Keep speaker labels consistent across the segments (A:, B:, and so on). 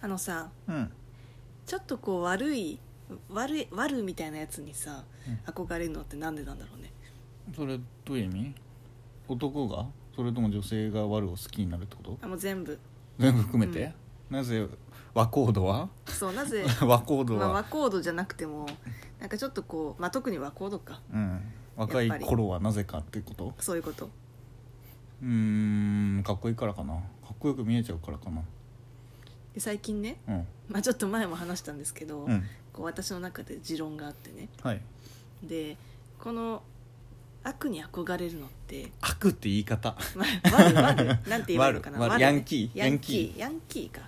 A: あのさ
B: うん
A: ちょっとこう悪い悪い悪みたいなやつにさ
B: うん
A: 憧れるのってなんでなんだろうね
B: それどういう意味男がそれとも女性が悪を好きになるってこと
A: あもう全部
B: 全部含めて、なぜ和コードは
A: そうなぜ
B: 和コード
A: まあ、
B: は、
A: 和コードじゃなくてもなんかちょっとこう、まあ、特に和コードか
B: うん、若い
A: やっぱり
B: 頃はなぜかってこと
A: そういうこと
B: うーんかっこいいからかなかっこよく見えちゃうからかな
A: で最近ね、
B: うん
A: まあ、ちょっと前も話したんですけど、
B: うん
A: こう私の中で持論があってね
B: はい
A: でこの悪に憧れるのって、
B: 悪って言い方
A: まあ、悪 悪なんて言えばいいのかな
B: 悪悪
A: ね
B: ヤンキー
A: ヤンキーヤンキーか、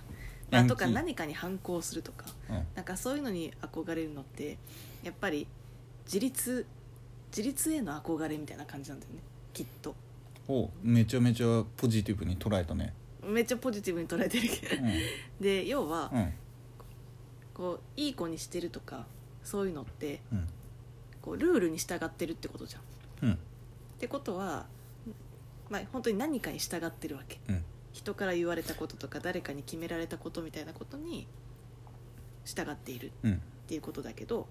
A: ま
B: ヤ
A: あ、
B: ンキ
A: と
B: ー
A: か何かに反抗するとか
B: うん
A: なんかそういうのに憧れるのってやっぱり自立自立への憧れみたいな感じなんだよねきっと
B: をめちゃめちゃポジティブに捉えたね
A: めっちゃポジティブに捉えてるけ
B: う
A: ど
B: ん、
A: で要は、
B: うん
A: こういい子にしてるとかそういうのって
B: うん
A: こうルールに従ってるってことじゃんっ
B: うん
A: てことはまあ本当に何かに従ってるわけ
B: うん
A: 人から言われたこととか誰かに決められたことみたいなことに従っているっ
B: うん
A: ていうことだけど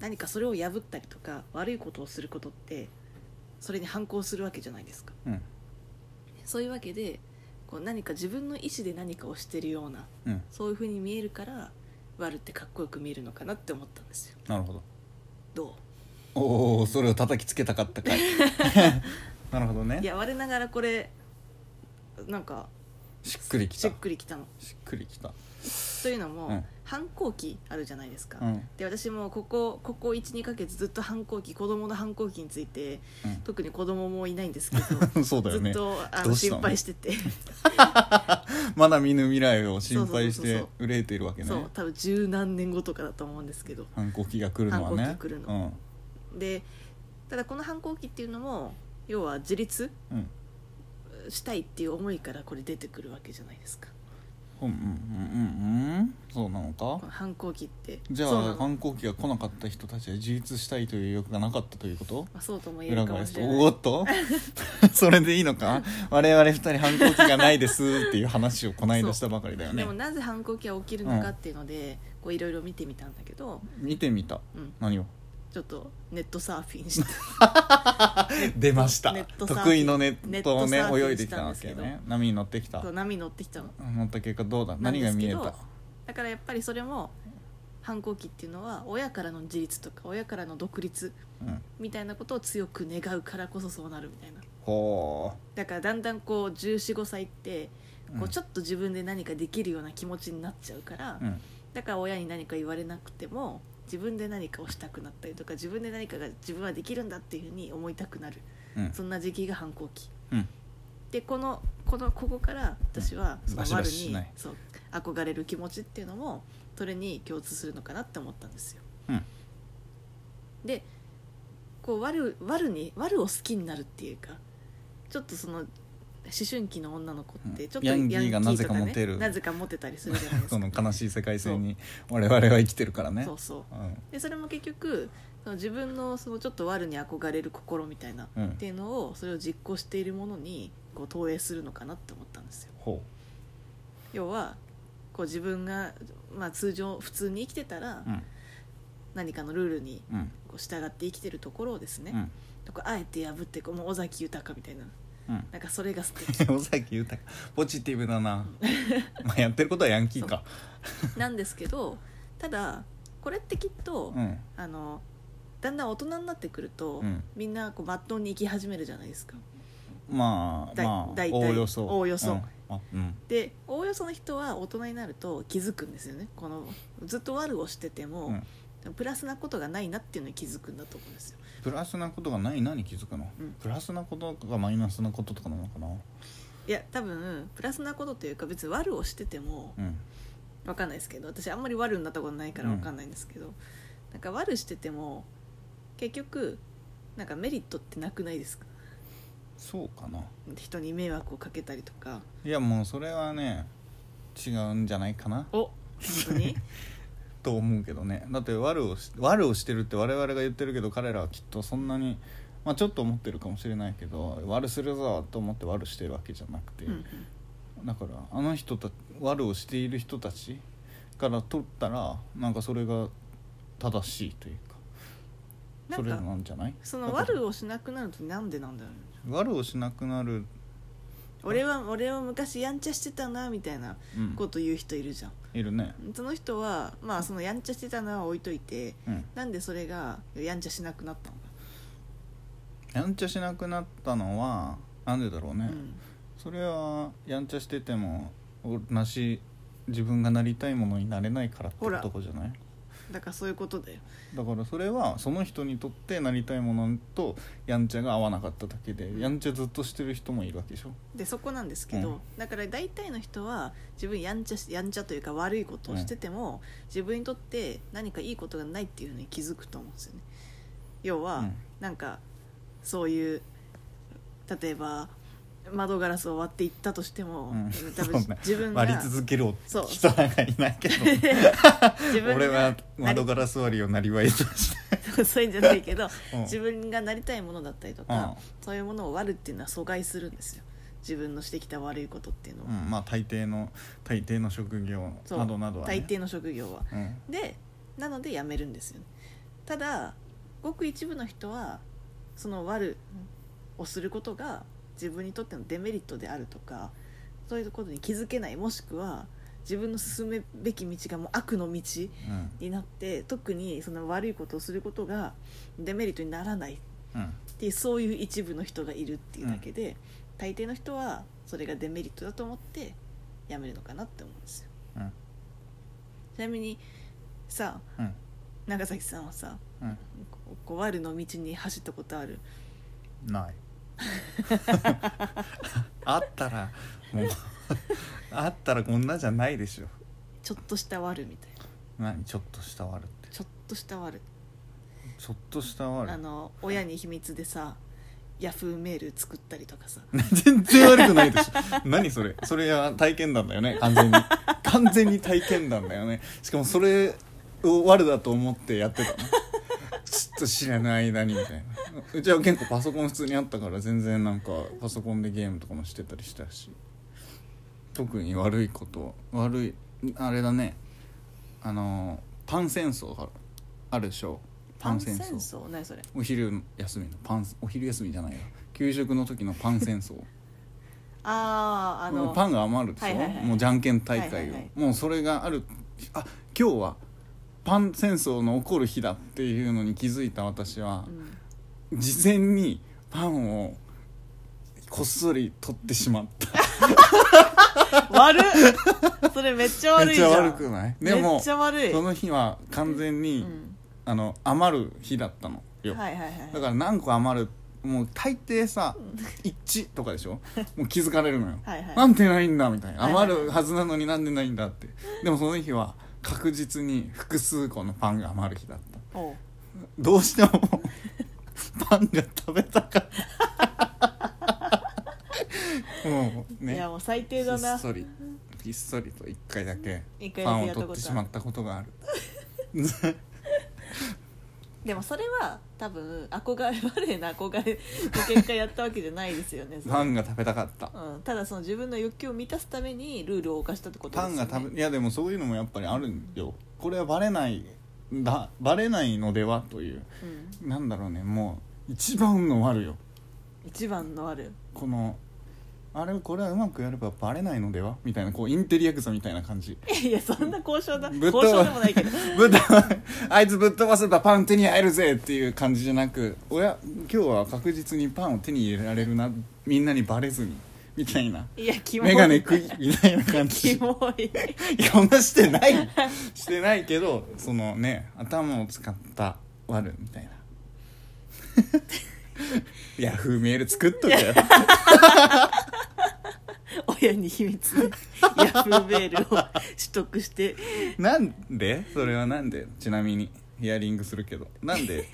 A: 何かそれを破ったりとか悪いことをすることってそれに反抗するわけじゃないですか
B: うん
A: そういうわけでこう何か自分の意思で何かをしてるような
B: うん
A: そういうふうに見えるから悪ってかっこよく見えるのかなって思ったんですよ
B: なるほど
A: ど
B: おおそれを叩きつけたかった かいなるほど
A: うい
B: ね
A: や我ながらこれなんか
B: しっくりき
A: したっくりきたの
B: しっくりきた
A: というのも、
B: うん
A: 反抗期あるじゃないですか、
B: うんうん
A: で私もここここ12ヶ月ずっと反抗期子供の反抗期について特に子供もいないんですけど
B: そうだよ
A: ずっ
B: ね
A: とあ
B: ど
A: の
B: うした
A: 心
B: の
A: 配してて、
B: まだ見ぬ未来を心配し
A: そうそう
B: て
A: そう
B: 憂いているわけね
A: そう多分十何年後とかだと思うんですけど
B: 反抗期が来るのはね
A: 反抗期来るのでただこの反抗期っていうのも要は自立
B: うんうん
A: したいっていう思いからこれ出てくるわけじゃないですか
B: うんうんうんうんそうなの
A: こ
B: か
A: の反抗期って
B: じゃ
A: そうな
B: あ
A: の
B: 反抗期が来なかった人たちは自立したいという意欲がなかったということ
A: まあ、そうとも言え
B: 裏
A: るか
B: 返
A: も
B: す
A: し
B: と
A: れ
B: お
A: な
B: お
A: い
B: っと それでいいのか我々二人反抗期がないですっていう話をこないだしたばかりだよ
A: で
B: ね
A: もなぜ反抗期が起きるのかっていうのでこういろいろ見てみたんだけど、
B: 見てみた
A: うん、
B: 何を
A: ちょっとネットサーフィンして
B: 出ました
A: ネットサーフィン
B: 得意のネットをね
A: ネットサーフィン
B: 泳いできたわけ
A: したんです
B: ね波に乗ってきた
A: そう波乗ってきたの
B: 乗った結果どうだ
A: なん
B: 何
A: で
B: が
A: す
B: 見
A: け
B: え
A: ど
B: た
A: だからやっぱりそれも反抗期っていうのは親からの自立とか親からの独立
B: うん
A: みたいなことを強く願うからこそそうなるみたいな
B: ほ
A: だからだんだんこう1415歳って
B: う
A: こうちょ
B: っ
A: っと自分で何かできるような気持ちになっちゃうから、
B: うん
A: だから親に何か言われなくても自分で何かをしたくなったりとか自分で何かが自分はできるんだっていうふうに思いたくなる
B: うん
A: そんな時期が反抗期
B: うん
A: でこのこのここから私は
B: うん
A: その
B: バシバ
A: 悪
B: シし
A: に
B: ない
A: そう憧れる気持ちっていうのもそれに共通するのかなって思ったんですよ、
B: うん
A: でこう悪悪に悪を好きになるっていうかちょっとその思春期の女の子って
B: うん
A: ちょっと
B: ヤンキーがなぜか
A: ヤンキーとね
B: モテる
A: なぜかモテたりするじゃないです
B: そ
A: か
B: の悲しい世界線に我々は生きてるからね
A: そうそう
B: うん
A: でそれも結局その自分のそのちょっと悪に憧れる心みたいなっ
B: うん
A: ていうのをそれを実行しているものにこう投影するのかなって思ったんですよ
B: ほ
A: 要はこう自分が、まあ、通常普通に生きてたら
B: ううん
A: 何かのルールに
B: うん
A: こう従って生きてるところをですね、
B: うん
A: とかあえて破ってこうもう尾崎豊みたいな
B: うん
A: なんかそれが素敵
B: 尾崎豊ポジティブだ なまあやってることはヤンキーか
A: なんですけどただこれってきっと、
B: うん
A: あのだんだん大人になってくると、
B: うん
A: みんなこうまっとうに生き始めるじゃないですか
B: まあ
A: だい
B: まあ
A: 大体
B: おおよそ
A: おおよそ
B: うんあうん
A: でおおよその人は大人になると気づくんですよねこのずっと悪をしてても、プラスなことがないなっていうのに気づくんだと思うんですよ
B: プラスなことがない何気づくの
A: うん
B: プラスなことがマイナスなこととかなのかない
A: や多分プラスなことというか別に悪をしてても
B: うん
A: わかんないですけど私あんまり悪になったことないからわかんないんですけど、なんか悪してても結局なんかメリットってなくないですか
B: そうかな
A: 人に迷惑をかけたりとか
B: いやもうそれはね違うんじゃないかな
A: お本当 に
B: と思うけどねだって悪をし悪をしてるって我々が言ってるけど彼らはきっとそんなに、まあ、ちょっと思ってるかもしれないけど悪するぞと思って悪してるわけじゃなくて、
A: うんうん
B: だからあの人た悪をしている人たちから取ったらなんかそれが正しいというか
A: な
B: そ
A: ん
B: れ
A: か
B: なんじゃない
A: そ
B: だ
A: の
B: から
A: 悪をしなくなるとなんでなんだろうね
B: 悪をしなくなる、
A: 俺は俺は昔やんちゃしてたなみたいな
B: うん
A: こと言う人いるじゃん
B: いるね、
A: その人はまあそのやんちゃしてたのは置いといて
B: うん、
A: なんでそれがやんちゃしなくなったのか、
B: やんちゃしなくなったのはなんでだろうね、
A: うん
B: それはやんちゃしてても同じ自分がなりたいものになれないからって
A: ほら
B: とこじゃない
A: だからそういうことだよ
B: だからそれはその人にとってなりたいものとやんちゃが合わなかっただけで、
A: うん
B: やんちゃずっとしてる人もいるわけでしょ
A: でそこなんですけど、
B: うん
A: だから大体の人は自分やんちゃしやんちゃというか悪いことをしてても、自分にとって何かいいことがないっていうのに気づくと思うんですよね要は、
B: うん
A: なんかそういう例えば窓ガラスを割っていったとしても、
B: うん
A: 多分
B: そうね
A: 自分が
B: 割り続ける
A: そう
B: 人なんかいないけど
A: 自分が
B: 俺は窓ガラス割りをなりわいとし て
A: そういうんじゃないけど、
B: うん
A: 自分がなりたいものだったりとか、
B: う
A: そういうものを割るっていうのは阻害するんですよ自分のしてきた悪いことっていうのは、
B: うんまあ大抵の大抵の職業
A: そう
B: などなどは、ね、
A: 大抵の職業は
B: うん
A: でなのでやめるんですよねただごく一部の人はその悪をすることが自分にとってのデメリットであるとかそういうことに気づけないもしくは自分の進めべき道がもう悪の道
B: うん
A: になって特にその悪いことをすることがデメリットにならないっ
B: うん
A: ていうそういう一部の人がいるっていうだけで、大抵の人はそれがデメリットだと思ってやめるのかなって思うんですよ
B: うん
A: ちなみにさ
B: うん
A: 長崎さんはさ
B: うん
A: ここう悪の道に走ったことある
B: ないあったらもうあったらこんなじゃないでしょ
A: ちょっとした悪みたいな
B: 何ちょっとした悪って
A: ちょっとした悪
B: ちょっとした
A: あ
B: 悪
A: の親に秘密でさヤフーメール作ったりとかさ
B: 全然悪くないでしょ何それそれは体験談だよね完全に完全に体験談だよねしかもそれを悪だと思ってやってたのちょっと知らない間にみたいなうちは結構パソコン普通にあったから全然なんかパソコンでゲームとかもしてたりしたし特に悪いこと悪いあれだねあのパン戦争があるでしょ
A: パン戦争何それ
B: お昼休みのパンお昼休みじゃないよ給食の時のパン戦争
A: あああの
B: パンが余るでしょ、
A: はいはいはい
B: もうじゃんけん大会を、
A: はいはいはい
B: もうそれがあるあ今日はパン戦争の起こる日だっていうのに気づいた私は
A: う、ん
B: 事前にパンをこっそり取ってしまった
A: 悪っそれめっちゃ悪
B: め
A: いじ
B: っち
A: ゃ
B: ゃ
A: ん
B: 悪くないで
A: め
B: も
A: っちゃ悪い、
B: その日は完全に、
A: うん
B: あの余る日だったのよ、
A: はいはいはい
B: だから何個余るもう大抵さ1とかでしょもう気づかれるのよ
A: はいはい
B: なんでないんだみたいな
A: はいはい
B: 余るはずなのになんでないんだってでもその日は確実に複数個のパンが余る日だった
A: おう
B: どうして もパンが食べたかったもう
A: い
B: ね
A: やもう最
B: ひ
A: 低だ
B: っ
A: な
B: そりひっそりと1回だけ
A: 一回
B: パ
A: だけ
B: ンを
A: やったこ
B: 取
A: とある
B: ってしまったことがある
A: でもそれは多分憧れバレエの憧れの結果やったわけじゃないですよねそれ
B: パンが食べたかった
A: うん、ただその自分の欲求を満たすためにルールを犯したってことで
B: パ
A: す
B: ン
A: よ
B: が
A: ね
B: 食べいやでもそういうのもやっぱりあるんよこれはバレないんだバレないのではという
A: うん、
B: なんだろうねもう一番の悪よ
A: 一番のある
B: このあれこれはうまくやればバレないのではみたいなこうインテリヤクザみたいな感じ
A: いやそんな交渉だ
B: ぶっ
A: 交
B: 飛ば
A: 渉でもないけど
B: ぶっ飛ばあいつ ぶっ飛ばせばパン手に入るぜっていう感じじゃなくおや今日は確実にパンを手に入れられるなみんなにバレずにみたいない
A: やキモい
B: メガネ食いみたいな感
A: キ
B: じ
A: モい
B: いや、そんなしてないしてないけどそのね頭を使った悪み たいなヤフーメール作っとけよ
A: 親に秘密 でヤフーメールを取得して
B: なんでそれはなんでちなみにヒアリングするけどなん で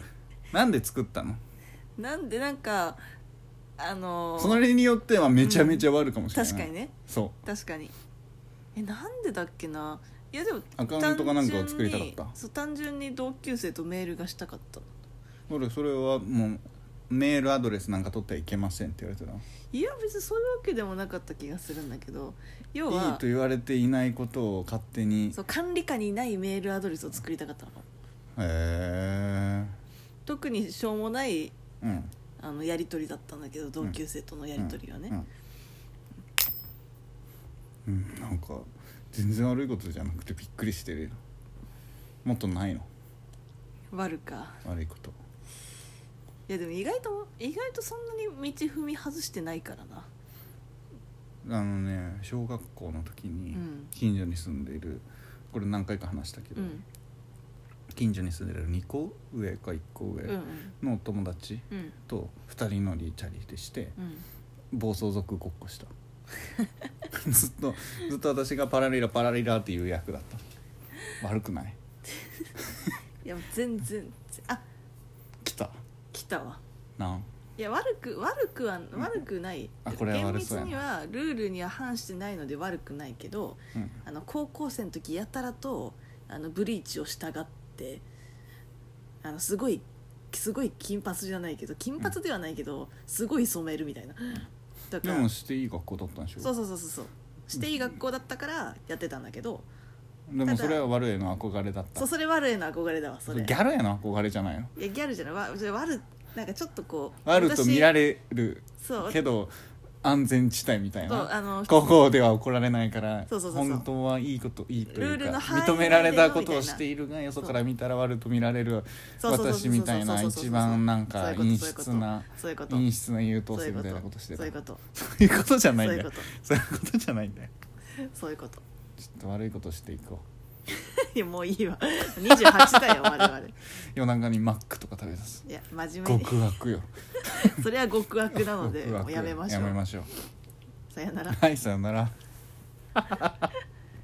B: なんで作ったの
A: なんでなんかあのー
B: それによってはめちゃめちゃ悪かもしれない、
A: 確かにね
B: そ
A: 確かにえなんでだっけないやでも
B: アカウントかなんかを作りたかっ
A: 単
B: た
A: 純にそう単純に同級生とメールがしたかった
B: う俺それはもうメールアドレスなんか取ってはいけませんって言われてたの
A: いや別にそういうわけでもなかった気がするんだけど要
B: いい
A: は
B: と言われていないことを勝手に
A: そう管理下にないメールアドレスを作りたかったの
B: へえ
A: 特にしょうもない
B: うん
A: あのやり取りだったんだけど同級生とのやり取りはね、
B: うん、うんうんなんか全然悪いことじゃなくてびっくりしてるよもっとないの
A: 悪か
B: 悪いこと
A: いやでも意外と意外とそんなに道踏み外してないからな
B: あのね小学校の時に
A: うん
B: 近所に住んでいるこれ何回か話したけ
A: う
B: ど、
A: ん
B: 近所に住んでる2個上か1個
A: うんう
B: 上
A: ん
B: のお友達
A: うん
B: と2人乗りチャリでして、
A: うん
B: 暴走族ごっこした ずっとずっと私がパラリラパラリラっていう役だった悪くない
A: いや全然あ
B: 来た
A: 来たわ
B: なん
A: いや悪く悪くは
B: ん
A: 悪くない、
B: あこれは
A: 厳
B: 悪
A: 密
B: そうやな
A: にはルールには反してないので悪くないけど
B: うん
A: あの高校生の時やたらとあのブリーチをしたがってあのすごいすごい金髪じゃないけど金髪ではないけど、すごい染めるみたいな、だ
B: で
A: から
B: もしていい学校だったんでしょ
A: そうそうそうそうそうしていい学校だったからやってたんだけど、
B: で
A: た
B: も
A: だ
B: それは悪いの憧れだった
A: そうそれ悪いの憧れだわそれ
B: ギャルへの憧れじゃないの
A: いやギャルじゃないわそれ悪なんかちょっとこう
B: 悪と見ら
A: れ
B: れる
A: そう
B: けど安全地帯みたい
A: そう
B: な
A: あの
B: 高校では怒られないから
A: そうそうそうそう
B: 本当はいいこといいという
A: ルール
B: か
A: の範囲内で
B: 認
A: の
B: められたことを
A: みたいな
B: しているがよそから見たら悪と見られる
A: そうそうそうそう
B: 私みたいな
A: そうそうそうそう
B: 一番なん
A: そう
B: か
A: いうこと
B: 陰湿な
A: そういうこと
B: 陰湿な優等
A: そうい
B: 生
A: うこ
B: みたい
A: と
B: なことして
A: そういう
B: る
A: こと
B: そういうことじゃない
A: そうんい
B: だ
A: うこ
B: よ
A: と
B: そういうことじゃないんだよ
A: そういうこと
B: ちょっと悪いことしていこう
A: いやもういいわ28だよ我々
B: 夜中にマックとか食べ出す
A: いや真面目に
B: 極悪よ
A: それは極悪なので
B: 極悪
A: もうやめましょう
B: やめましょう
A: さよなら
B: はいさよなら